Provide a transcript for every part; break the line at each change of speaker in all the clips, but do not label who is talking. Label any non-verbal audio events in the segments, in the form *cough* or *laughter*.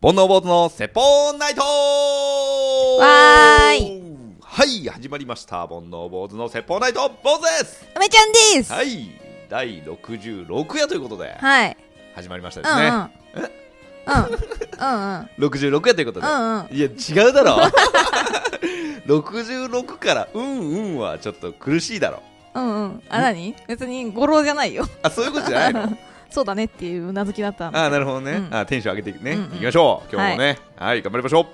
煩悩坊主の説法ナイト
わー
はい、始まりました。煩悩坊主の説法ナイト、坊主です
梅ちゃんです
は。い、第66夜ということで、
はい。
始まりました
う
です
んうん。うん
ね。 *laughs*
うんうん。
66夜ということで。
うんうん
いや、違うだろ。66から、うんうんはちょっと苦しいだろ。
うんうん。あ、なに別に語呂じゃないよ。
あ、そういうことじゃないの
*laughs* そうだねっていううなずきだったの。
あーなるほどね、
うん
あーテンション上げてね、
うんうん
いきましょう今日もねはい、頑張りましょう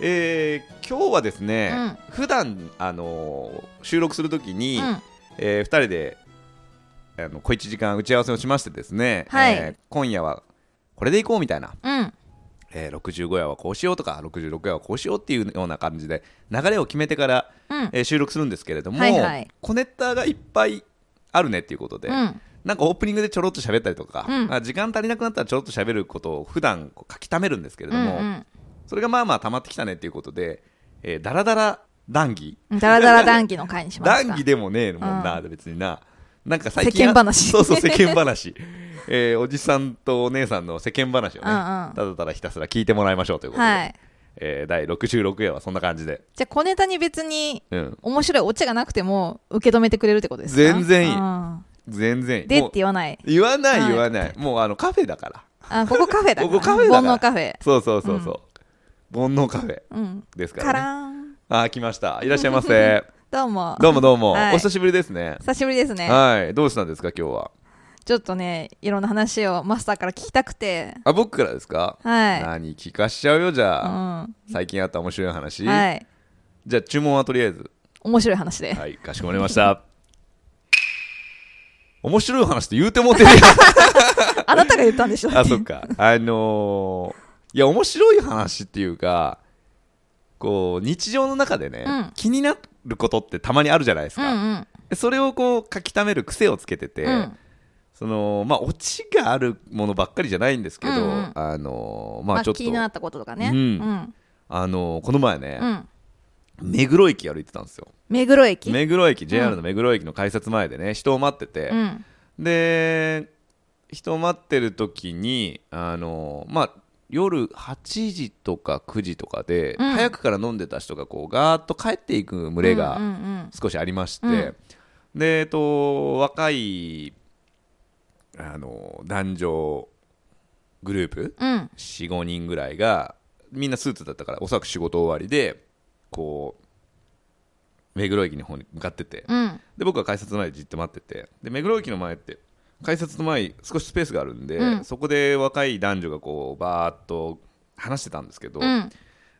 えー、今日はですね、普段あのー収録するときに、
うん。
え2人であの小1時間打ち合わせをしましてですね、
はい
えー今夜はこれでいこうみたいな、
うん。
えー、65夜はこうしようとか66夜はこうしようっていうような感じで流れを決めてから、
うん。
えー収録するんですけれども、
はいはい
コネクターがいっぱいあるねっていうことで、
うん。
なんかオープニングでちょろっと喋ったりとか、
うん
あ時間足りなくなったらちょろっと喋ることを普段こう書き溜めるんですけれ
う
ども、
ん
それがまあまあ溜まってきたねっていうことで、えー、だらだら談義
うん。だらだら談義の会にし
*laughs*
ました。
談義でもねえもんな、別にななんか最近
世間話
そうそう世間話、 *laughs* えーおじさんとお姉さんの世間話をね、
うんうん
ただただひたすら聞いてもらいましょうということで、
はい。
えー第66夜はそんな感じで、
じゃあ小ネタに別に
うん、
面白いオチがなくても受け止めてくれるってことですか
全然いい
うん
全然いい
でっ
もう
て言わない。
言わない
はい
言わない、もうあのカフェだから
あ、ここカフェだから。
ここカフェだから
煩悩カフェ。
そうそうそうそう、煩悩カフェ
うん。
ですか、
から
ね、
らーん。
あー来ましたいらっしゃいま
*laughs*
せ
どうも。
どうもどうも、
はい
お久しぶりですね
久しぶりですね。
はいどうしたんですか今日は
ちょっとね、いろんな話をマスターから聞きたくて。
あ僕からですか、
はい。
何聞かしちゃうよじ
う
ゃあ、
ん。
最近あった面白い話、
はい。
じゃあ注文はとりあえず
面白い話で。
はいかしこまりました *laughs* 面白い話って言うてもうてるやん
*laughs* あなたが言ったんで *laughs* しょ
あそっかあのーいや面白い話っていうかこう日常の中でね、
うん
気になることってたまにあるじゃないです
うん
か、
うん。
それをこう書き溜める癖をつけてて、
うん
そのまあオチがあるものばっかりじゃないんですけど、
うんうん
あのーま
ま
あ
あ
ちょっと
気になったこととかね。
うん
うん。
あのーこの前ね、
うん。
目黒駅歩いてたんですよ
目黒駅。
目黒駅 JR の目黒駅の改札前でね人を待ってて
う、ん。
で人を待ってる時にあのーまあ夜8時とか9時とかで、
うん
早くから飲んでた人がこうガーッと帰っていく群れが、
うんうん
少しありまして、
うん
で、えっと、若いあの男女グループ
うん。うん。
45人ぐらいがみんなスーツだったからおそらく仕事終わりでこう目黒駅の方に向かってて
うん。
で僕は改札の前でじっと待っててで目黒駅の前って改札の前に少しスペースがあるんで、
うん
そこで若い男女がこうバーッと話してたんですけど、
うん。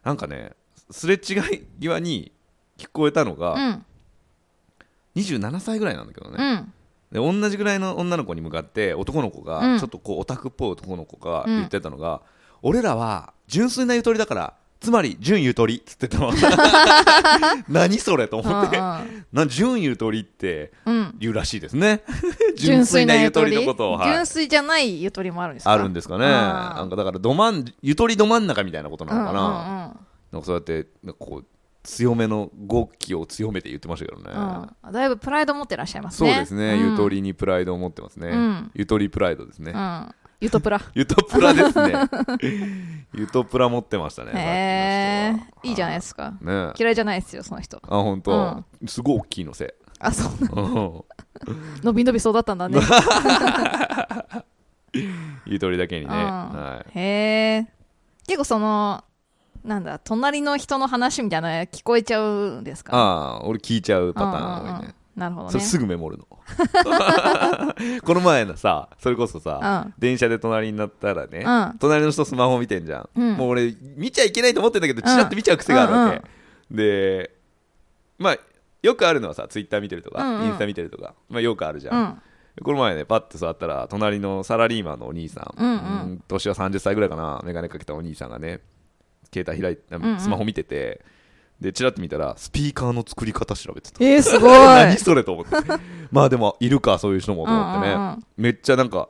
なんかねすれ違い際に聞こえたのが、
うん。
27歳ぐらいなんだけど
う
ね、
ん。
で同じぐらいの女の子に向かって男の子が、
うん
ちょっとこうオタクっぽい男の子が
うん
言ってたのが、俺らは純粋なゆとりだからつまり純ゆとりっつってた
*laughs*
の何それと思ってな純ゆとりって
うんうん。
言うらしいです
*laughs*
ね *laughs* 純粋なゆとりのことを、はい
純粋じゃないゆとりもあるんですか
あるんですかね
あー
なんかだからど真んゆとりど真ん中みたいなことなのかな、
う
なんかそうやってなんかこう強めの語気を強めて言ってましたけどね、
んうんうんうん。だいぶプライド持ってらっしゃいます
そう
ね。
ですね、
ん
ゆと。りにプライドを持ってますね、
うん
ゆとりプライドですね、
うん。ゆとプラ。
ゆとプラです
*laughs*
ねゆとプラ持ってましたね
へ
さっきの人は
え。いいじゃないですか。
ねえ
嫌いじゃないですよ、そ
*laughs*
の人。
あ本当、すごい大きいのせい
あ、そう。
うん
伸び伸びそうだった
*laughs*
んだね。
*laughs* ゆとりだけにね、
うん
は
へえ結構そのなんだ隣の人の話みたいなの聞こえちゃうんです
い、
か
ああ俺聞いちゃうパターンが多いね、
うんうんうんなるほ
そ
ど
れ
ね
すぐメモるの *laughs* この前のさそれこそさ、
うん
電車で隣になったらね、
うん
隣の人スマホ見てんじゃん、
うん
もう俺見ちゃいけないと思ってんだけどチラッと見ちゃう癖があるわけ、でまあよくあるのはさツイッター見てるとか、
うんうん
インスタ見てるとか、まあ、よくあるじゃ、
うんん
この前ねパッて座ったら隣のサラリーマンのお兄さん、
うんうん
ん年は30歳ぐらいかな眼鏡かけたお兄さんがね携帯開いて
んうん
スマホ見てて、でチラッと見たらスピーカーの作り方調べてた
えー、すご
何
い
それと思って
*laughs*
まあでもいるかそういう人もと思ってね、
うんうんうん
めっちゃなんか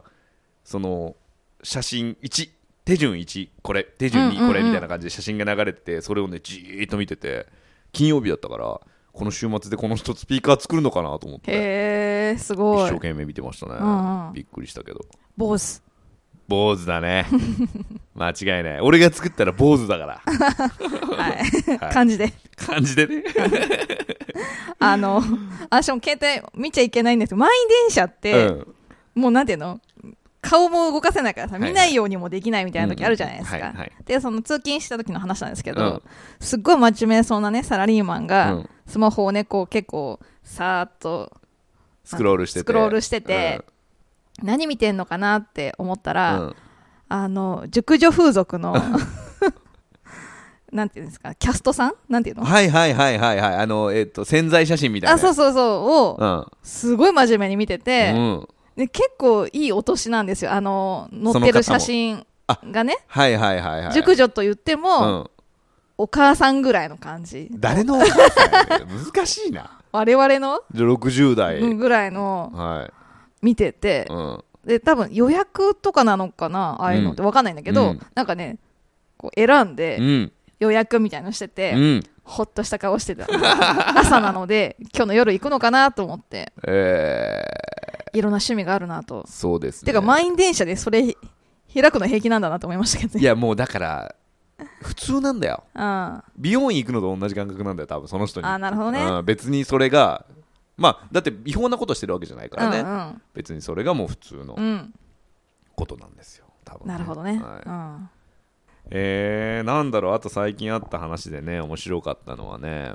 その写真1手順1これ手順
うんうんう
2
ん
これみたいな感じで写真が流れててそれをねじーっと見てて金曜日だったからこの週末でこの人スピーカー作るのかなと思って
へえす
一
ご
生
い
懸命見てましたね、
うんうん
びっくりしたけど
坊主
坊主だ
*laughs*
ね間違いない俺が作ったら坊主だから
はい、
*laughs* はい
感じで。
感じでね
あの、私も携帯見ちゃいけないんですけど、満員電車って、
うん
もうなんていうの顔も動かせないからさ、
はいはい
見ないようにもできないみたいな時あるじゃないですか。
うんはいはい
で、その通勤した時の話なんですけど、
うん
すっごい真面目そうなね、サラリーマンが、
うん
スマホをね、こう結構、さーっと、
スクロールしてて
スクロールしてて、何見てんのかなって思った
うん
ら、
うん
あの、熟女風
*laughs*
俗の、なんていうんですか、キャストさんなんていうの、
はいはいはいはいはいあのえっと潜在写真みたいな
あ、そうそうそう、を、
うん
すごい真面目に見てて、
うん
で結構いいお年なんですよあの載ってる
その方も
写真
あ
がね、
はいはいはいはい
熟女と言っても、
うん
お母さんぐらいの感じ
誰のお母さんやねん難しいな
我々の、
じゃあ60代
うんぐらいの
は
見てて
い、うん
で多分予約とかなのかなああいうのって分かんないんだけど、
うん
なんかねこう選んで
うん
予約みたいのしてて、
うん
ほっとした顔してた *laughs* 朝なので今日の夜行くのかなと思って
え
いろんな趣味があるなと、
ーそうですね
てか満員電車でそれ開くの平気なんだなと思いましたけど
い
ね
やもうだから普通なんだよ
うん
美容院行くのと同じ感覚なんだよ多分その人に
あなるほどね
うん別にそれがまあだって違法なことしてるわけじゃないからね、
うん
別にそれがもう普通の
うんうん
ことなんですよ多分ね
なるほどね、
はい
うん
えー、なんだろうあと最近あった話でね面白かったのはね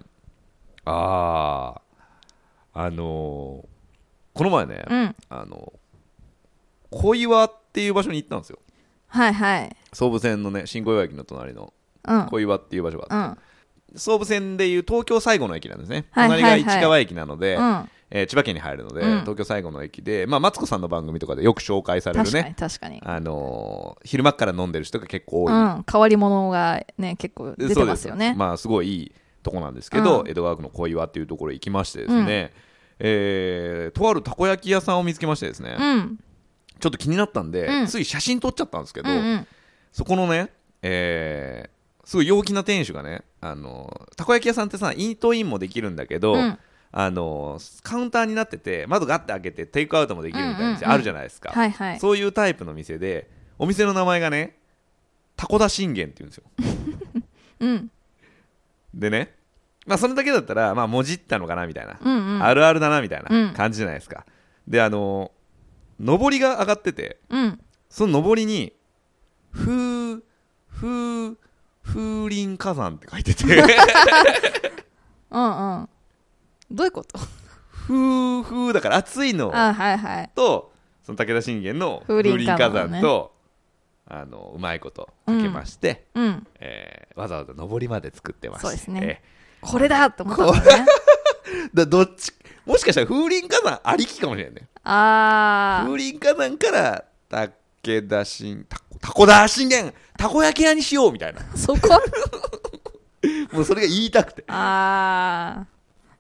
あああのーこの前ね、
うん
あの小岩っていう場所に行ったんですよ
はいはい
総武線のね新小岩駅の隣の
うん
小岩っていう場所があって
うんうん
総武線でいう東京最後の駅なんですね、
はいはいはい
隣が市川駅なので、
うん
えー千葉県に入るので、
うん
東京最後の駅で、まあ、マツコさんの番組とかでよく紹介される
確か
ね、
に確かに
あのー昼間っから飲んでる人が結構多い、
うん変わり者がね結構出てますよ
そう
ね
ですまあ、すごいいいとこなんですけど、
うん
江戸川区の小岩っていうところ行きましてですね、えーとあるたこ焼き屋さんを見つけましてですね、
うん
ちょっと気になったんで、
うん
つい写真撮っちゃったんですけど、
うんうん
そこのね、えーすごい陽気な店主がね、あのーたこ焼き屋さんってさイートインもできるんだけど、
うん
あのーカウンターになってて窓ガッて開けてテイクアウトもできるみたいな店
うんうんうん
あるじゃないですか、
はいはい
そういうタイプの店でお店の名前がねタコ田信玄っていうんですよ
*laughs* うん
でね、まあ、それだけだったら、まあ、もじったのかなみたいな、
うんうん
あるあるだなみたい
うん
な感じじゃないですか、であのー上りが上がってて
うん
その上りに「風風風林火山」って書いて
*laughs*
て
うんうんどういうこと
風風だから暑いの
あはいはい
とその武田信玄の
風
風
林
林
火
火
山ね
山とあのうまいことかけまして、
うん
えーわざわざ上りまで作ってます
そうですね
え
これだと思ったんだね
ーだどっちもしかしたら風林火山ありきかもしれないね
あ
風
ー
林火山から武田信たこたこだ信玄たこ焼き屋にしようみたい
*laughs*
な
そこ
もうそれが言いたくて
あー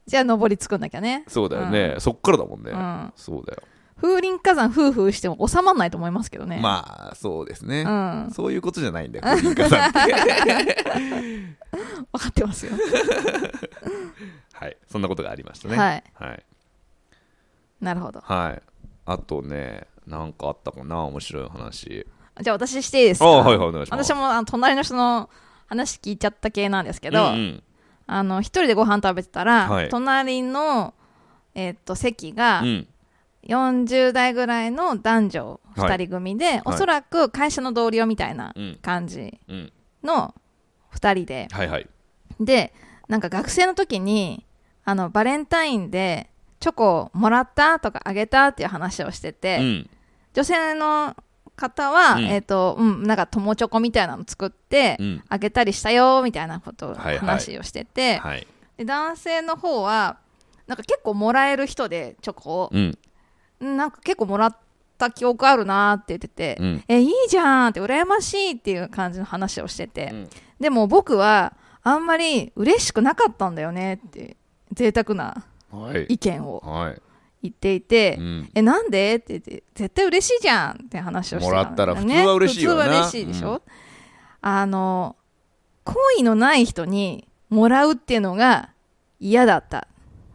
じゃあ上り作んなきゃね
そうだよね、そっからだもんね、
うん
そうだよ、
風林火山夫婦しても収まんないと思いますけどね
まあそうですね、
うん
そういうことじゃないんだよ風林火山って
*laughs* 分かってますよ
はいそんなことがありましたね
はい
はい、
なるほど
はいあとねなんかあったかな面白い話
じゃあ私していいです
あ
か
はいはいお願いします
私もあの隣の人の話聞いちゃった系なんですけど、
うんうん
あの一人でご飯食べてたら、
はい
隣の、えっと席が
うん
40代ぐらいの男女
はい
2人組で、おそらく会社の同僚みたいな
うん
感じ
うん
の2人で
はいはい
でなんか学生の時にあのバレンタインでチョコもらったとかあげたっていう話をしてて、
うん
女性の方は、
うん
えっ、と、うん、なんか友チョコみたいなの作って、
うん
あげたりしたよみたいなことを
はいはい
話をしてて、
はい
で男性の方はなんか結構もらえる人でチョコを、
うん
うんなんか結構もらった記憶あるなって言ってて、
うん
えいいじゃんって羨ましいっていう感じの話をしてて、
うん
でも僕はあんまり嬉しくなかったんだよねって贅沢な
はい
意見を
はい
言っていて、
うん
えなんでって言って絶対嬉しいじゃんって話をしてんだよ
も
ね
らったら普通は嬉しいよな
普通は嬉しいでしょ、あの好意のない人にもらうっていうのが嫌だった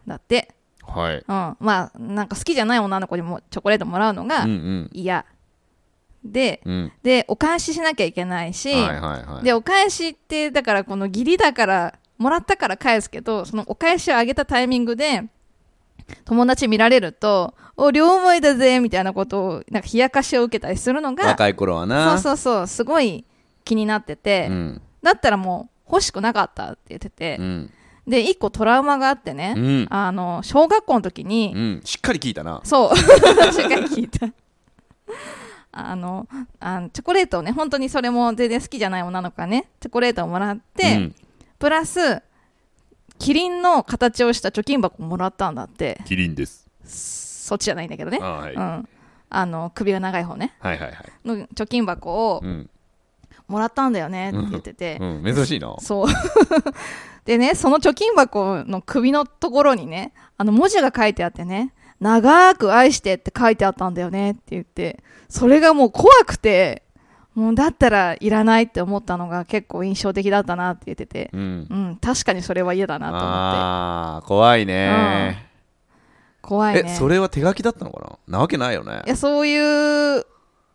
だって、
はい
うん、まあなんか好きじゃない女の子にもチョコレートもらうのが
うんうん
嫌で
うん
でお返ししなきゃいけないし、
はいはいはい
でお返しってだからこの義理だからもらったから返すけどそのお返しをあげたタイミングで友達見られると「お両思いだぜ」みたいなことをなんか冷やかしを受けたりするのが
若い頃は
そう
な
そうそうすごい気になってて、
ん
だったらもう欲しくなかったって言ってて
う、ん
で一個トラウマがあってね、
うん
あの小学校の時に、
うんしっかり聞いたな *laughs*
そう確かに聞いたあのあのチョコレートをね本当にそれも全然好きじゃない女の子がねチョコレートをもらって、
うん
プラスキリンの形をした貯金箱をもらったんだって
キリンです
そっちじゃないんだけどね、
あはい
うん、あの首が長い方ね
はいはいはい
の貯金箱を
うん
もらったんだよねって言ってて、
うん珍しいな
そう *laughs* でねその貯金箱の首のところにねあの文字が書いてあってね「長く愛して」って書いてあったんだよねって言ってそれがもう怖くてもうだったらいらないって思ったのが結構印象的だったなって言ってて、
うん
うん、確かにそれは嫌だなと思って
あー怖いね
怖い
え
ね
それは手書きだったのかななわけないよね
いやそういう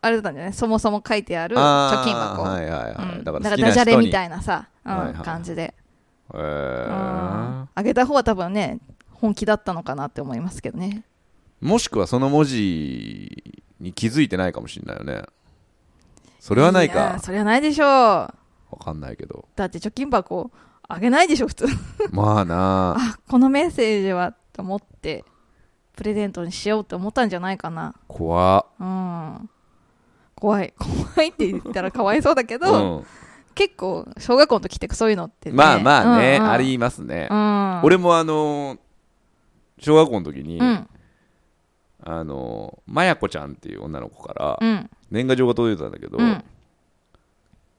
あれだったんじゃないそもそも書いてある
あー
貯金箱、
はいはいは
う
い
ん
だか
なんから
好きな
ダジャレ
人
み
にへ
たいなさ、うん
はいはい
感じで
ー
あげた方は多分ね本気だったのかなって思いますけどね
もしくはその文字に気づいてないかもしれないよねそれはない
やー
か
それはないでしょう
わかんないけど
だって貯金箱あげないでしょ普通
まあなあ
あこのメッセージはと思ってプレゼントにしようって思ったんじゃないかな
怖っ
うん怖い *laughs* 怖いって言ったらかわいそうだけ
う
ど、
ん
結構小学校の時ってそういうのって、ね、
まあまあね
うんうん
ありますね
うん、
俺もあのー小学校の時に
うん
あのーまやこちゃんっていう女の子から
うん
年賀状が届いてたんだけど
うん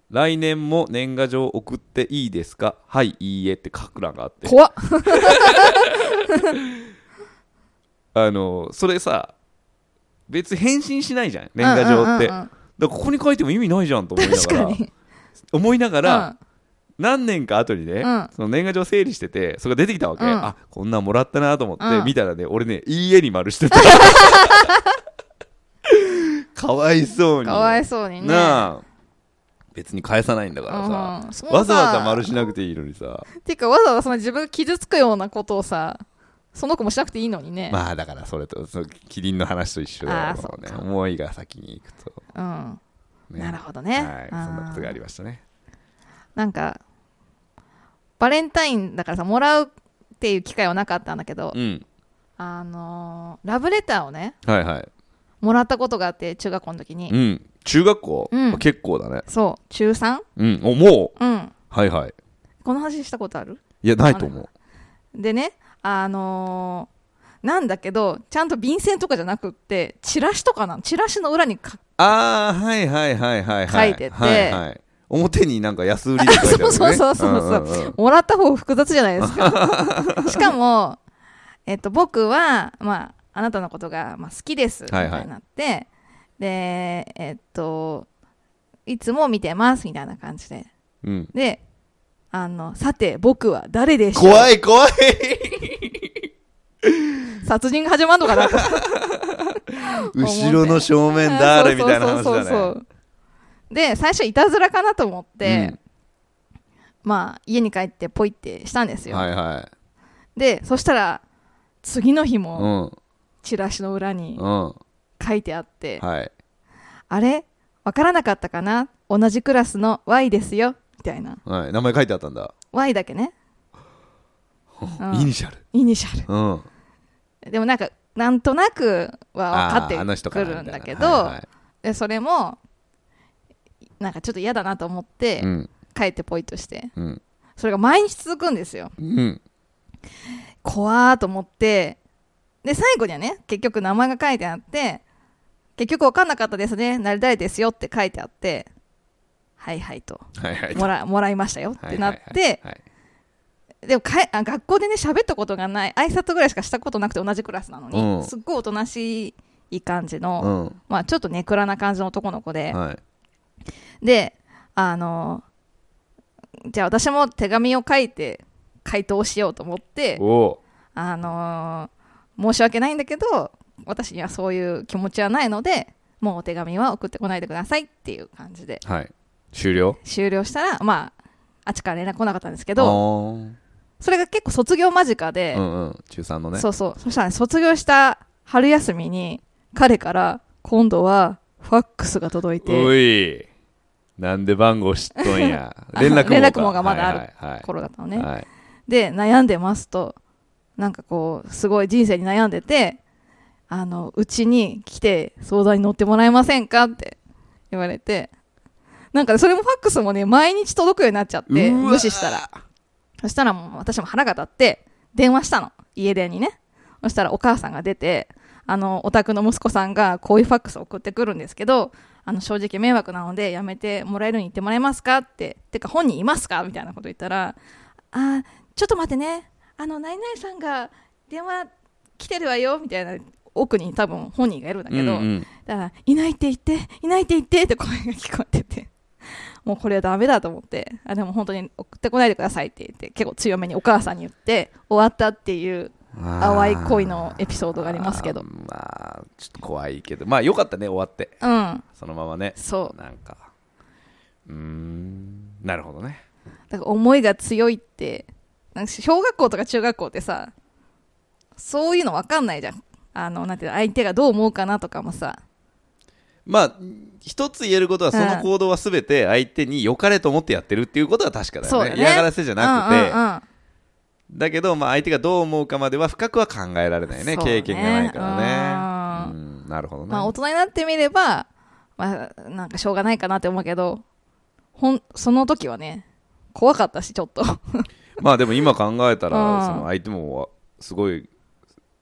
来年も年賀状送っていいですかはいいいえって書く欄があって
怖っ
あのーそれさ別に返信しないじゃん年賀状って
うんうん
だか
うん
らここに書いても意味ないじゃんと思い
うん
な
確
が
からに
思いながら、
うん
何年か後にね、
うん
その年賀状整理しててそれが出てきたわけ、
うん
あこんなんもらったなと思って、
うん
見たらね俺ね「いいえ」に丸してた
*laughs*
かわいそうに
かわいそうにね
なあ別に返さないんだからさ、
うんそのさ
わざわざ丸しなくていいのにさ
ていうかわざわざその自分が傷つくようなことをさその子もしなくていいのにね、
まあだからそれとそのキリンの話と一緒だ
あー
よ
そ
ね思いが先に行くと、
うん、
ね
なるほどね、
はい、そんなことがあり
ま
ましたね
すなんかバレンタインだからさもらうっていう機会はなかったんだけど、
うん
あのーラブレターをね
はいはい、
もらったことがあって中学校の時に、
うん、中学校、
うん
まあ結構だね
そう中 3?
うんおも
うん
うはいはい
この話したことある
いやないと思う
でねあのーなんだけどちゃんと便箋とかじゃなくってチラシとかなのチラシの裏にか
ああはいはいはいはいは
書いてて
はいはい、表になんか安売りって書いてあるよね
そうそうそうそう
そうん
もらった方複雑じゃないですか。
*laughs*
しかも、えっと、僕は、まあ、あなたのことが、まあ、好きですみ
は
た
いはい
いになって、で、えっと、いつも見てますみたいな感じで。
うんうん
で、あの、さて、僕は誰でしょう
怖い怖い
殺人が始まるのかなと思って
後ろの正面 *laughs* 誰みたいな話
そうそ
だ
うそう
ね
そうで、最初、いたずらかなと思って、まあ、家に帰って、ポイってしたんです
うん
よ。
はいはい
で、そしたら、次の日
う
も、
ん
チラシの裏に、
うん
書いてあって、
はい
あれわからなかったかな同じクラスの Y ですよ。みたいな。
はい名前書いてあったんだ
Y だけね。うん
イニシャル
イニシャ
うんあ
ル。でもなんか、なんとなくは分か
ーあの
って
人
く
かな
るん
みた
だ
いな
け
はい
ど
はい、
でそれも、なんかちょっと嫌だなと思って
う、ん
帰ってポイっとして。
うん
それが毎日続くんですよ。
うん
怖ーと思って、で、最後にはね、結局名前が書いてあって、結局分かんなかったですね。なりたいですよって書いてあって、はいはいと。
はいはい
もらもらいましたよってなって、
はいはい
でもかえあ学校でね喋ったことがない挨拶ぐらいしかしたことなくて同じクラスなのに、
うん
すっごいおとなしい感じの、
はい
まあ、ちょっとねくらな感じの男の子
う
で、
んはい
であのじゃあ私も手紙を書いて回答しようと思って
おお
あの申し訳ないんだけど私にはそういう気持ちはないのでもうお手紙は送ってこないでくださいっていう感じで
はい終了
終了したらまああっちから連絡来なかったんですけ
あ
ど
ー
それが結構卒業間近で、
うんうん中3のね
そうそうそしたら、ね、卒業した春休みに彼から今度はファックスが届いて
おいなんで番号知っとん
*laughs*
や連絡網か
連絡網がまだある
はいはい
頃だったの
は
ね、
いはい
で悩んでますとなんかこうすごい人生に悩んでてあのうちに来て相談に乗ってもらえませんかって言われてなんかねそれもファックスもね毎日届くようになっちゃって
うわ
無視したらそしたらもう私も腹が立って電話したの家電にねそしたらお母さんが出てあのお宅の息子さんがこういうファックスを送ってくるんですけどあの正直迷惑なのでやめてもらえるように言ってもらえますかっててか本人いますかみたいなこと言ったらあーちょっと待ってねあの何々さんが電話来てるわよみたいな奥に多分本人がいるんだけ
うん
ど、
うん
だからいないって言っていないって言ってって声が聞こえて *laughs* てもうこれはダメだと思ってあでも本当に送ってこないでくださいって言って結構強めにお母さんに言って終わったっていう淡い恋のエピソードがありますけど
あーまあちょっと怖いけどまあよかったね終わって
うん
そのままね
そう
なんかうーんなるほどね
だから思いが強いってなんか小学校とか中学校ってさそういうの分かんないじゃんあのなんていうの相手がどう思うかなとかもさ
まあ一つ言えることはその行動は全て相手に良かれと思ってやってるっていうことは確かだよ
そう
ね
だね
嫌がらせじゃなくて、
うんうんうん
だけど、まあ、相手がどう思うかまでは深くは考えられないね
そうね
経験がないからね
う
うんなるほどね、
まあ、大人になってみれば、まあ、なんかしょうがないかなって思うけどほんその時はね怖かったしちょっと *laughs*
まあでも今考えた
うん
らその相手もすごい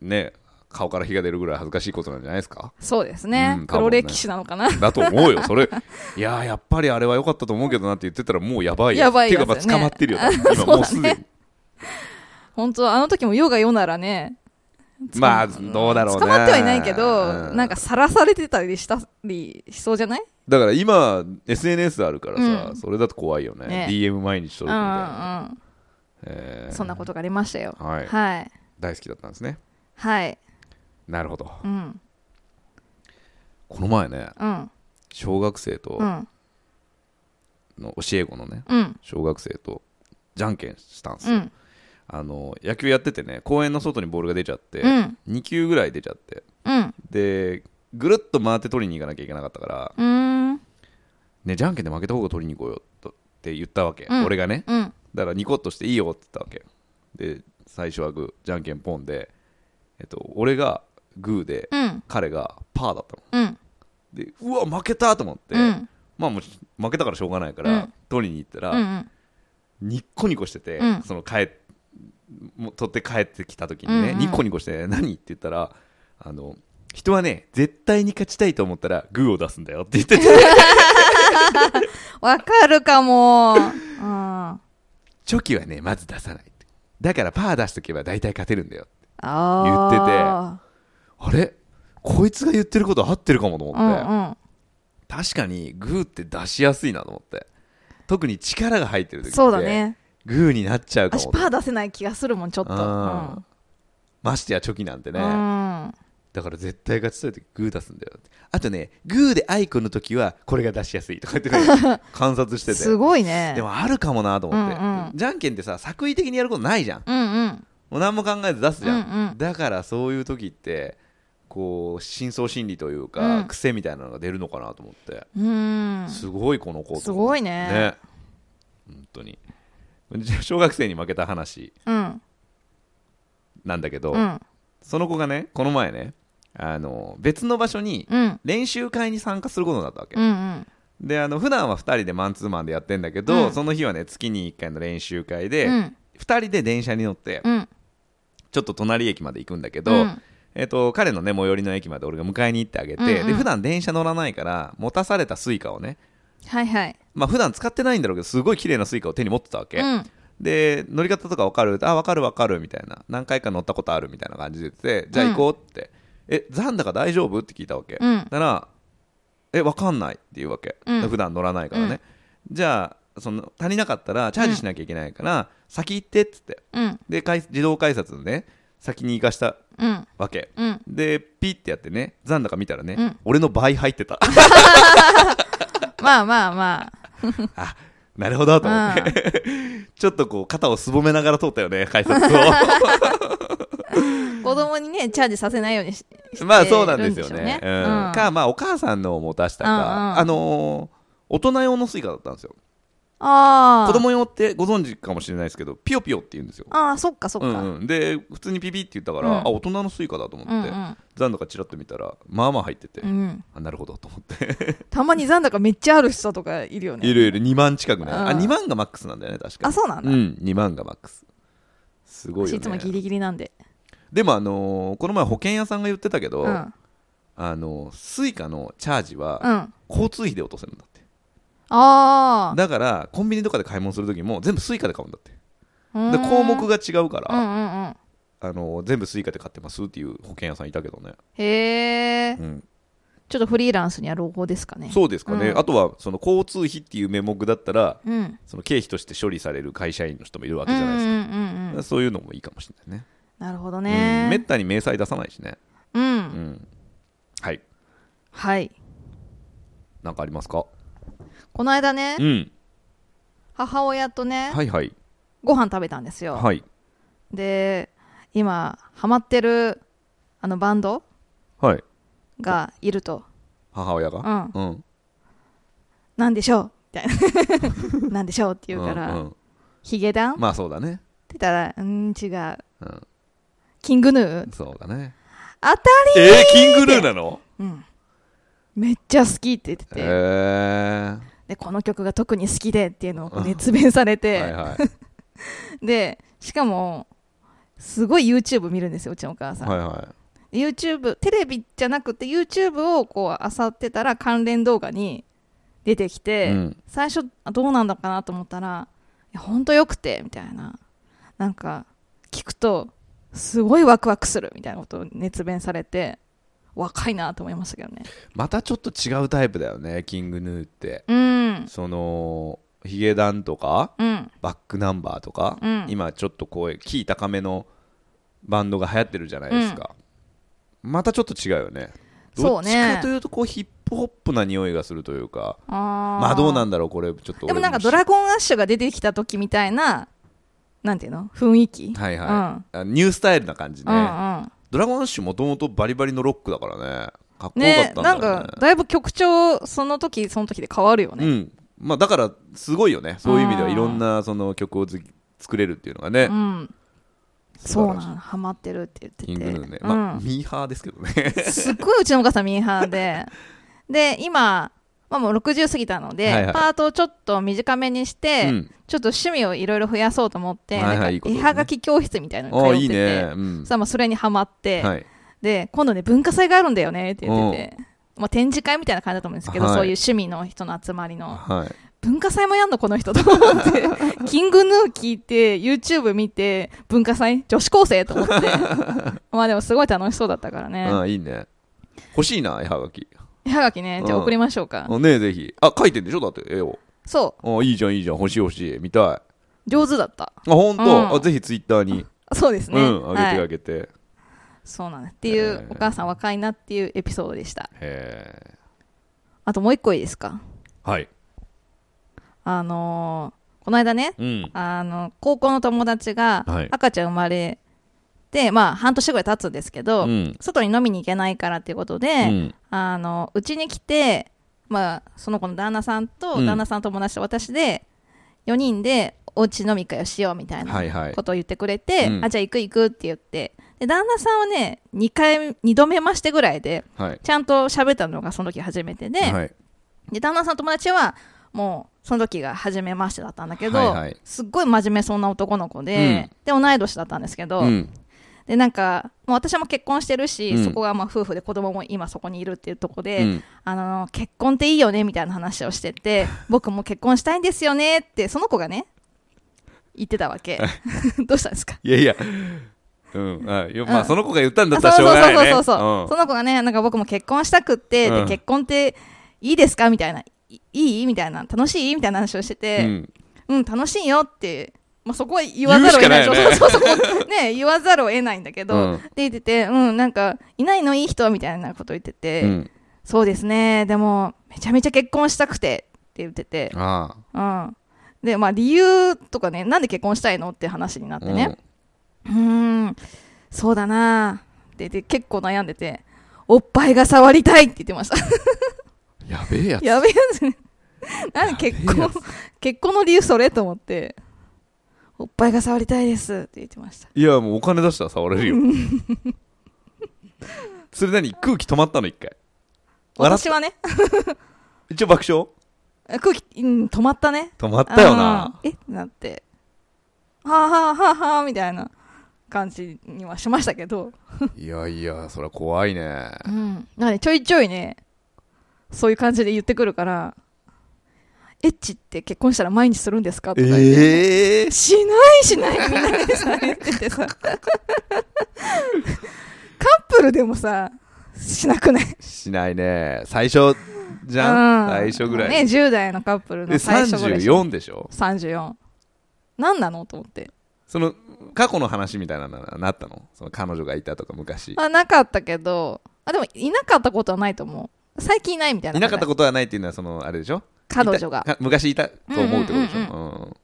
ね顔から火が出るぐらい恥ずかしいことなんじゃないですか
そうですね,、
うん多分ね
黒歴史なのかな
だと思うよそ
*laughs*
れいやーやっぱりあれは良かったと思うけどなって言ってたらもうやばいよ
やばい
て
や
か
つ
まあ捕
ね
まってるよ
*laughs*
今
そうだね
もうすでに
本当あの時も世が世ならね *laughs*
まあどうだろうね
捕まってはいないけど、
うん
なんかさらされてたりしたりしそうじゃない
だから今 SNS あるからさ、
うん
それだと怖いよね
ね
DM 毎日
うん
届くみ
う
たいな、
ん
え
うん
ー
そんなことがありましたよ
はい
はい
大好きだったんですね
はい
なるほど
うん
この前ね
うん
小学生と
うん
の教え子のね
うん
小学生とじゃんけんしたんです
う
よ、
ん
あの野球やっててね公園の外にボールが出ちゃって、
うん
2球ぐらい出ちゃって
うん
でぐるっと回って取りに行かなきゃいけなかったから
うーん
「ねじゃんけんで負けた方が取りに行こうよ」とって言ったわけ、
うん
俺がね
うん
だからニコッとして「いいよ」って言ったわけで最初はグーじゃんけんポンで、えっと、俺がグーで、
うん
彼がパーだったの
うん
でうわ負けたと思って、
うん
まあもう負けたからしょうがないから、
うん
取りに行ったら、
うん
ニッコニコしてて、
うん
その帰っもう取って帰ってきた時にね、
うんうん
ニッコニコして何って言ったらあの人はね絶対に勝ちたいと思ったらグーを出すんだよって言って
*laughs*
て
わかるかも。うん。
チョキはねまず出さないってだからパー出しとけば大体勝てるんだよって
あ
あれこいつが言ってること合ってるかもと思って、
うんうん。
確かにグーって出しやすいなと思って特に力が入ってる時って
そうだね。
グーになっちゃうか
私
も
パー出せない気がするもん、ちょっと。うん
あーましてやチョキなんてね、
うん。
だから絶対勝ちたい時グー出すんだよってあとねグーでアイコンの時はこれが出しやすいとか言って
*laughs*
ね観察して
す
て
ごいね。
でもあるかもなと思って、
うんうん
じゃんけんってさ作為的にやることないじゃん
うんうん。
もう何も考えず出すじゃん、
うんうん
だからそういう時ってこう深層心理というか、
うん
癖みたいなのが出るのかなと思って、
うん。
すごいこの子と思って
すごいね
本当にじゃあ小学生に負けた話
うん。
なんだけど、
うん。
その子がねこの前ねあの別の場所に
うん。
練習会に参加することになったわけ、
うんうん。
であの普段は2人でマンツーマンでやってんだけど、
うん
その日はね月に1回の練習会
う
で、
ん。
2人で電車に乗って、
うん。
ちょっと隣駅まで行くんだけど、
うん
えっと彼のね最寄りの駅まで俺が迎えに行ってあげて、
うんうん
で普段電車乗らないから持たされたスイカをね
はいはい。
まあ普段使ってないんだろうけどすごい綺麗なスイカを手に持ってたわけ、
うん。
で乗り方とか分かるあ分かる分かるみたいな何回か乗ったことあるみたいな感じで言っててじゃあ行こうって、え残高大丈夫って聞いたわけ、
うん
だからえ分かんないって言うわけ、
うん
普段乗らないからね、じゃあその足りなかったらチャージしなきゃいけないから、先行ってっつって
うん。
で改自動改札のね先に行かした
うん
わけ
うん
でピッてやってね残高見たらね、
うん
俺の倍入って
*laughs*
た
まあまあま
あなるほどと思っ
あ、
て、
う
*laughs* ちょっとこう肩をすぼめながら通ったよね改札を
ん、子供にねチャージさせないようにしして
まあそうなんですよね
る
う
んでしょうね
ん
うん
かまあお母さんのも出したか、
うんうん
あのー大人用のスイカだったんですよ
ああ
子供用ってご存知かもしれないですけどピヨピヨって言うんですよ
ああそっかそっか、
うんうん、で普通にピピって言ったから、
うん
あ大人のスイカだと思って、
うんうん
残高チラッと見たらまあまあ入ってて、
うん
あなるほどと思って
たまに残高めっちゃある人とかいるよね
いるいる2万近くね、あ
うん
2万がマックスなんだよね確か
あそうなんだ、
うん2万がマックスすごいよ
私
ね
いつもギリギリなんで、
でもあのーこの前保険屋さんが言ってたけど、
うん、うん
あのースイカのチャージは
あ
交通費で落とせるんだって、
あ
だからコンビニとかで買い物する時も全部スイカで買うんだって
ー
で
うーん
項目が違うから、
うんうんうん
あのー全部スイカで買ってますっていう保険屋さんいたけどね、
へえ
うん、
ちょっとフリーランスには朗報ですかね
そうですかね、
うん
あとはその交通費っていう名目だったら
う、ん、
その経費として処理される会社員の人もいるわ
う
け
ん
じ
う
ゃ
ん
ないですか、
うんうん
そういうのもいいかもしれないね
なるほど
うん、めっ
ね
たに明細出さないしね、
うん、
うん、はい
はい
なんかありますか
この間ね
うん
母親とね、
はいはい
ご飯食べたんですよ、
はい
で今ハマってるあのバンド
はい
がいると
母親
う
が
ん
うん、うん、
なんでしょうみたい
*laughs*
ななんでしょうって言うから、
うん
ヒゲダンって
まあそうだね
言ったらうん違う
うん
キングヌー
そうだね
当た
えー、キングルーなの
うんめっちゃ好きって言ってて、
えー、
でこの曲が特に好きでっていうのをこう熱弁されて、
はい
*laughs*
はい
でしかもすごい YouTube 見るんですようちのお母さん、
はいは
YouTube テレビじゃなくて YouTube をこう漁ってたら関連動画に出てき
い、
て、
うん、
最初あどうなんだかなと思ったらいやほんとよくてみたいななんか聞くとすごいワクワクするみたいなことを熱弁されて若いなと思いましたけどね
またちょっと違うタイプだよねキングヌーって
うん
そのヒゲダンとか
うん
バックナンバーとか、
うん
今ちょっとこうキー高めのバンドが流行ってるじゃないですか、またちょっと違うよね
そう
どっち
ね
かというとこうヒップホップな匂いがするというか
あー
まあどうなんだろうこれちょっと
で
俺
もなんかドラゴンアッシュが出てきた時みたいななんていうの雰囲気
はいはい、
うん
あニュースタイルな感じね、
うんうん
ドラゴンアッシュもともとバリバリのロックだからねかっこよかっ
ね
たんだ
な
よ
ん
ね
かだいぶ曲調その時その時で変わるよ
う
ね
んまあだからすごいよねそういう意味では
うん
いろんなその曲をず作れるっていうのがね、
うん、そうなのハマってるって言ってて
キングヌーね、
うん
まあミーハーですけどね
すっごいうちのお母さんミーハーでで今、まあ、もう60過ぎたので、
はいはい
パートをちょっと短めにして、
う
*laughs*
ん
ちょっと趣味をいろいろ増やそうと思って、
はいはい
なん
いい
か
ことで
絵
すね
はがき教室みたいなの
あ
に
あ
通
い
っ
い
てて、
ね、うん、
さあまあそれにハマって、
はい、
で今度ね文化祭があるんだよねって言ってて、まあ、展示会みたいな感じだと思うんですけど、
はい
そういう趣味の人の集まりの
はい、
文化祭もやんのこの人と思って
*laughs*
キングヌー聞いて YouTube 見て文化祭女子高生と
*laughs*
思ってまあでもすごい楽しそうだったからね
ああいいね欲しいな絵はがき
絵はがきねじゃあ
うん
送りましょうか、
あねえぜひあ書いてんでしょだって絵を
そ
あいいじゃんいいじゃん欲しい欲しい見たいあ
う上手だった
本当、
うん
あぜひツイッターに、
そうですね、
うんあげて
は
あ
い、
げて、へ
そうなんですっていう、
えー
お母さん若いなっていうエピソードでした
え
あともう一個いいですか
はい
あのーこの間ね
うん
あの高校の友達が
はい
赤ちゃん生まれて、まあ半年ぐらい経つんですけ
う
ど、
ん
外に飲みに行けないからっていうことで、
うん
あのうちに来て、まあ、その子の旦那さんと、
うん
旦那さんの友達と私で4人でおうち飲み会をしようみたいな
はいはい
ことを言ってくれて、
うん
あじゃあ行く行くって言ってで旦那さんはね2回2度目ましてぐらいで
はい
ちゃんと喋ったのがその時初めてで,、
はい
で旦那さんの友達はもうその時が初めましてだったんだけど、
はいはい
すっごい真面目そうな男の子で、で同い年だったんですけど、
うん
でなんかもう私も結婚してるし、
うん
そこがまあ夫婦で子供も今そこにいるっていうところで、
うん
あの結婚っていいよねみたいな話をしてて
*laughs*
僕も結婚したいんですよねってその子がね言ってたわ
*laughs*
けどうしたんですか
いやいやうんあよま
う
あ
ん
その子が言ったんだ
あ
ったらしょうがないね
そうそうそうそうそう、その子がねなんか僕も結婚したくって、
う
で
ん
結婚っていいですかみたいないいいみたいな楽しいみたいな話をして
う
て、
ん
うん、楽しいよってまあ、そこは言わざるを得ない
言うしかないよね
*laughs* そうそうそうね言わざるを得ないんだけど、
うん
って言っててうんなんかいないのいい人みたいなこと言ってて、
うん、
そうですねでもめちゃめちゃ結婚したくてって言ってて
ああ
うんでまあ理由とかねなんで結婚したいのって話になってね、うーん、そうだなでで結構悩んでて、おっぱいが触りたいって言ってました。
うんやべえやつ
やべえやつね。なんで結
や
婚、結婚の理由それと思って、おっぱいが触りたいですって言ってました。
いやもうお金出したら触れるよ
*laughs*
それ何空気止まったの一回笑っ
私はね、
一応爆笑
空気、うん、止まったね。
止まったよな
あー。えってなって、はあはあはあはあみたいな感じにはしましたけど、
いやいやそれは怖いね
うん。なんでちょいちょいね、そういう感じで言ってくるから、エッチって結婚したら毎日するんですかとか言って。
ええ
しないしないみんなでさ言っててさカップルでもさしなくない
しないね最初じゃん最初ぐらい、
ね10代のカップル
で
の最初ぐらい
34でしょ
34何なのと思って
その過去の話みたいなのはなったのその彼女がいたとか昔
あなかったけどあでもいなかったことはないと思う最近いないみたいない
なかったことはないっていうのはそのあれでしょ
彼女が
いた *laughs* か昔いたと思うってことでしょ
うん
うんは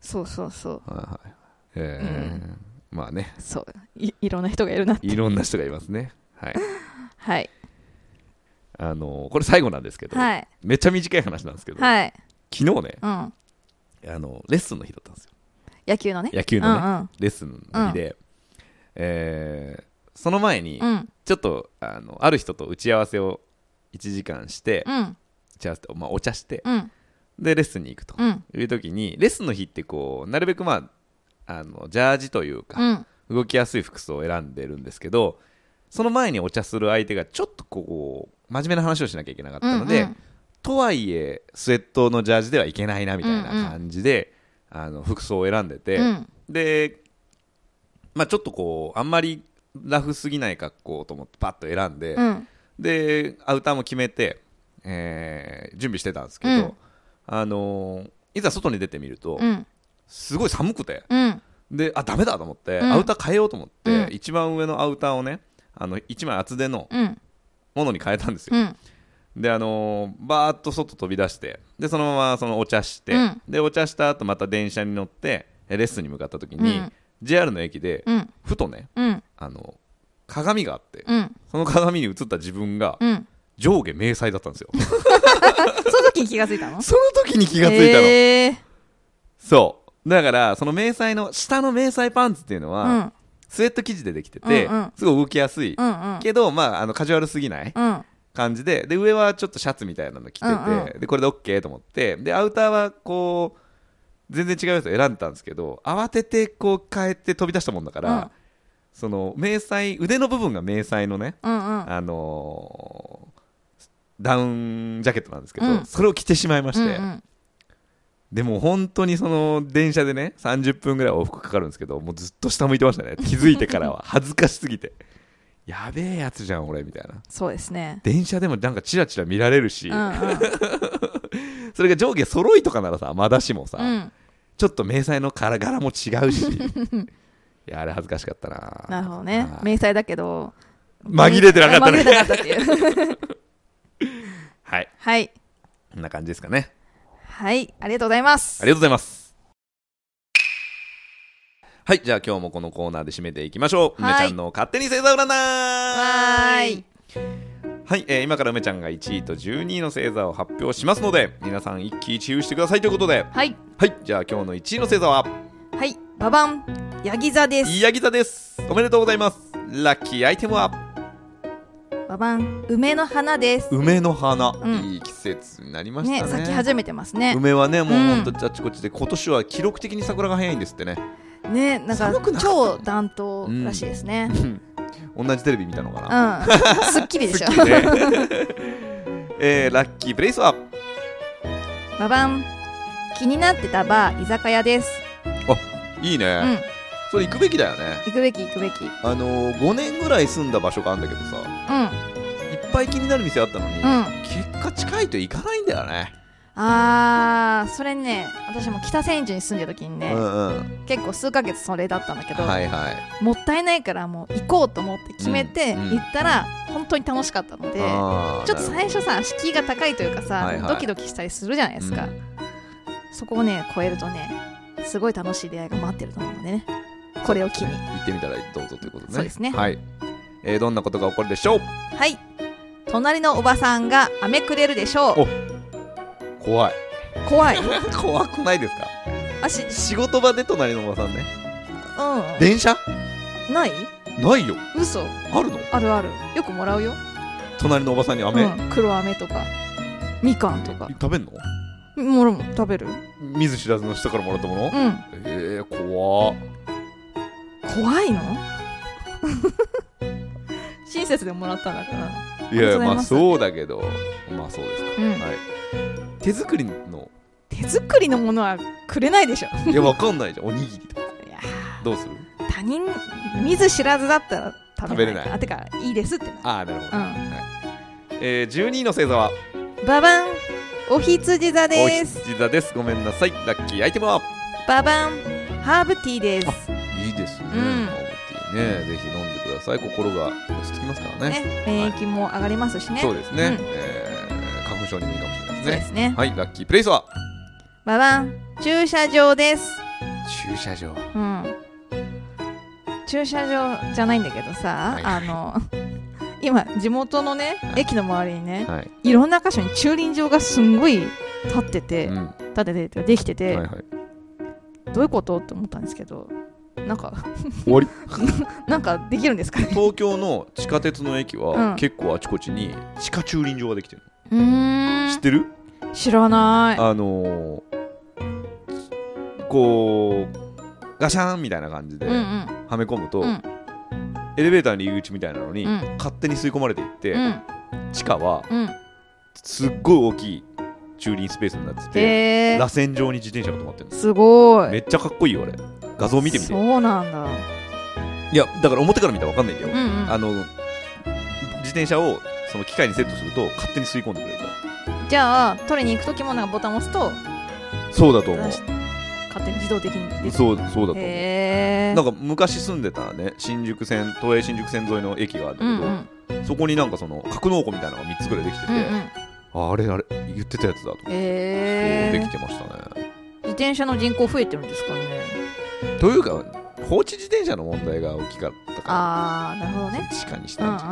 そうそうそう
いはいえーまあね
そういいろんな人がいるなって
いろんな人がいますねはい
はい
あのーこれ最後なんですけど
はい
めっちゃ短い話なんですけど昨
はい
日ね
うん
あのレッスンの日だったんですよ
野球のね
野球のね
ね
レッスンの日でえーその前に
うんうん
ちょっとあのある人と打ち合わせを1時間して
うん
打ち合わせとまあお茶して
うん
でレッスンに行くと
うん
いう時にレッスンの日ってこうなるべくまああのジャージというか
うん
動きやすい服装を選んでるんですけどその前にお茶する相手がちょっとこう真面目な話をしなきゃいけなかったので、
うんうん
とはいえスウェットのジャージではいけないなみたいな感じで、あの服装を選んでて、
うん
で、まあ、ちょっとこうあんまりラフすぎない格好と思ってパッと選んで、
うん
でアウターも決めて、えー準備してたんですけど、
うん
あのーいざ外に出てみると、
うん
すごい寒くて。
うん
であダメだと思って、
うん
アウター変えようと思って、
うん
一番上のアウターをねあの一枚厚手の
うん
ものに変えたんですよ、
うん
であのーバーッと外飛び出してでそのままそのお茶して、
うん
でお茶した後また電車に乗ってえレッスンに向かった時に、
うん
JR の駅で、
うん
ふとね
うん
あの鏡があって、
うん
その鏡に映った自分が
うん
上下迷彩だったんですよ
その時に気がついた
*laughs*
の
その時に気がついたの、
えー
そうだからその迷彩の下の迷彩パンツっていうのは、
うん
スウェット生地でできてて、
うんうん
すごい動きやすい、
うんうん
けど、まあ、あのカジュアルすぎない
うん
感じでで上はちょっとシャツみたいなの着てて、
うん
でこれで OK と思ってでアウターはこう全然違うやつを選んでたんですけど慌ててこう変えて飛び出したもんだから、
うん
その迷彩腕の部分が迷彩のね、
うんうん
あのーダウンジャケットなんですけど、
うん
それを着てしまいまして、
うん
でも本当にその電車でね30分ぐらい往復かかるんですけどもうずっと下向いてましたね気づいてからは恥ずかしすぎてやべえやつじゃん俺みたいな
そうですね
電車でもなんかチラチラ見られるし、
うん
*laughs*
うん
それが上下揃いとかならさまだしもさ、
うん
ちょっと迷彩の柄柄も違うし *laughs* いやあれ恥ずかしかったな
なるほどね
はい
迷彩だけど
紛れてなかったね
紛れてなかったっていう *laughs*
はい
はい
こんな感じですかね
はいありがとうございます
ありがとうございますはいじゃあ今日もこのコーナーで締めていきましょう
はい
梅ちゃんの勝手に星座占い
わーい
はい、えー今から梅ちゃんが1位と12位の星座を発表しますので皆さん一喜一憂してくださいということで
はい
はいじゃあ今日の1位の星座は
はいババンヤギ座です
ヤギ座ですおめでとうございますラッキーアイテムは
ババン梅の花です
梅の花、
ん
いい季節になりまし
ね
たね
咲き始めてますね
梅はねもう
うん
ほんとあちこちで今年は記録的に桜が早いんですってね
ねなんか
寒くなかった
超暖冬らしいですね
同じテレビ見たのか
う
なん
すっきりでしょ
すっきりね *laughs* えーラッキープレイスは
ババン気になってたバー居酒屋です
いいね、
うん
それ行くべきだよね
行くべき行くべきうん
あのー、5年ぐらい住んだ場所があるんだけどさいっぱい気になる店あったのに、
うん
結果近いと行かないんだよね
あーそれにね私も北千住に住んでる時に
う
ね、
んうん
結構数ヶ月それだったんだけど、
はいはい
もったいないからもう行こうと思って決めて
うん
行ったら本当に楽しかったので、
あー
ちょっと最初さ敷居が高いというかさ、
はいはい
ドキドキしたりするじゃないですか、
うん
そこをね超えるとねすごい楽しい出会いが待ってると思うのでねこれを機に
行ってみたらどうぞということね
そうですね
はい、えー、どんなことが起こるでしょう
はい隣のおばさんが飴くれるでしょう
怖い
*laughs* 怖い
怖くないですか
あし
仕事場で隣のおばさんね
う
電車
んない
ないよ
嘘
あるの
あるあるよくもらうよ、
隣のおばさんに飴、
うん、黒飴とかみかんとか
食べんの
もろも食べる
見ず知らずの人からもらったもの、
うん
えー、怖っ
怖
*laughs*
いの親切でもらったんだから
いやい
ありがと
や
うござ
ま
い
あ
ます
そうだけどまあそうですか、
うん
はい手作りの
手作りのものはくれないでしょ
いやわかんないじゃんおにぎりとか
いや
どうする
ー他人見ず知らずだったら食べな
食べれ
い
ない
あてかいいですってな
ああなるほど、
うん
はいえー、12位の星座は
ババンおひつじ座
お
です
羊座ですごめんなさいラッキーアイテムは
ババンハーブティーです
いいですね、
うん
ハーブティーねぜひ飲んでください心が落ち着きますからね
ね免疫も上がりますしね
そうですね、
うん
えー花粉症にもいいかもしれない
そう
で
で
ね
すすね
はいラッキープレイスは
ババン駐車場です
駐車場
うん駐車場じゃないんだけどさ、
はいはい
あの *laughs* 今地元のね
はい
駅の周りにね
はい、
いろんな箇所に駐輪場がすんごい立ってて、
うん、は
立っててできてて、
いはい
どういうことって思ったんですけどなんか
終わり
*laughs* なんかできるんですかね
東京の地下鉄の駅
う
は
ん
結構あちこちに地下駐輪場ができてる
うー
知ってる
ん知らない
あのーこうガシャンみたいな感じで
うんう
は
ん
め込むと、
うん
エレベーターの入り口みたいなのに、
うん
勝手に吸い込まれていって、
うん
地下は
うん
すっごい大きい駐輪スペースになってて、
へえ
螺旋状に自転車が止まってるんです
すご
め
い
っちゃかっこいいよあれ画像見てみて
そうなんだ
いやだから表から見たら分かんないんだよ、
うんうん
あの自転車をその機械にセットすると勝手に吸い込んでくれるか
じゃあ取りに行く時もなんかボタンを押すと
らそうだと思う
出し勝手に自動的に出て
そうそうだと思う
へえ
なんか昔住んでたね新宿線都営新宿線沿いの駅があるんだ
うんうんう
け
ん
ど、そこになんかその格納庫みたいなのが3つぐらいできてて、
うん
ああれあれ言ってたやつだと思って、
へ
そうで
え
きてましたね
自転車の人口増えてるんですかね
というか放置自転車の問題が大きかったか
ああなるほど
ら、
ね
地下にし
うん
た
うんん
じゃ、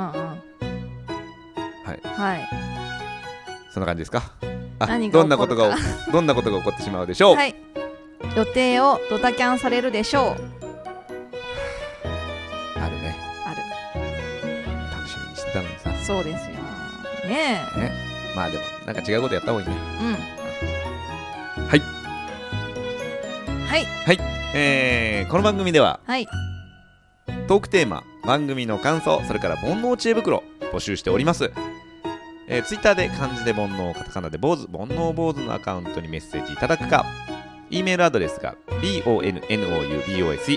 はいはい
そんな感じですかあ
何が
どん
起
な
こ
こ
る
と
か
が
*laughs*
どんなことが起こってしまうでしょう、
はい。予定をドタキャンされるでしょう。
あるね
ある。
楽しみにしてたのにさ
そうですよ。ね
まあでもなんか違うことやった方がいいね
え。うん。
はい。
はい。
えー、この番組では
はい。
トークテーマ番組の感想それから煩悩知恵袋募集しておりますえー、ツイッターで漢字で煩悩カタカナで坊主煩悩坊主のアカウントにメッセージいただくか E メールアドレスが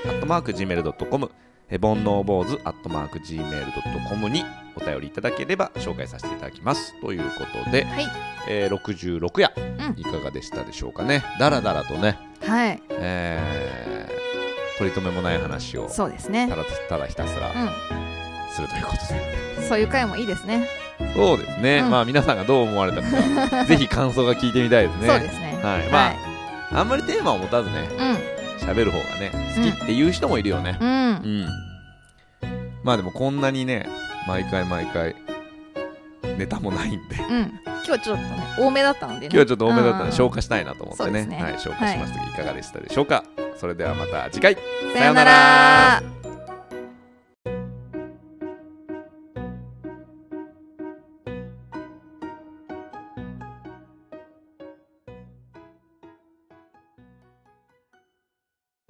bonoubose.gmail.com えー煩悩坊主 .gmail.com にお便りいただければ紹介させていただきますということで、
はい。
えー、66夜、
う
いかがでしたでしょうかねだらだらとね
はい。
えー、取り留めもない話を
そうです
た
ね。
だただひたすら
う
するということで、
ん。そういう回もいいですね。
そうですね、
うん
まあ皆さんがどう思われたの
*laughs*
かぜひ感想が聞いてみたいですね
そうですね。
はいまああんまりテーマを持たずね
はい
喋る方がね好きっていう人もいるよね
うん。う。
うんん、まあでもこんなにね毎回毎回ネタもないんで
うん。今日はちょっとね、多めだったのでね。
今日はちょっと多めだったので消
化。
化したいなと思って
そうで
ね
すね
はい、消化しましたがいかがでしたでしょうか、それではまた次回
さよなら。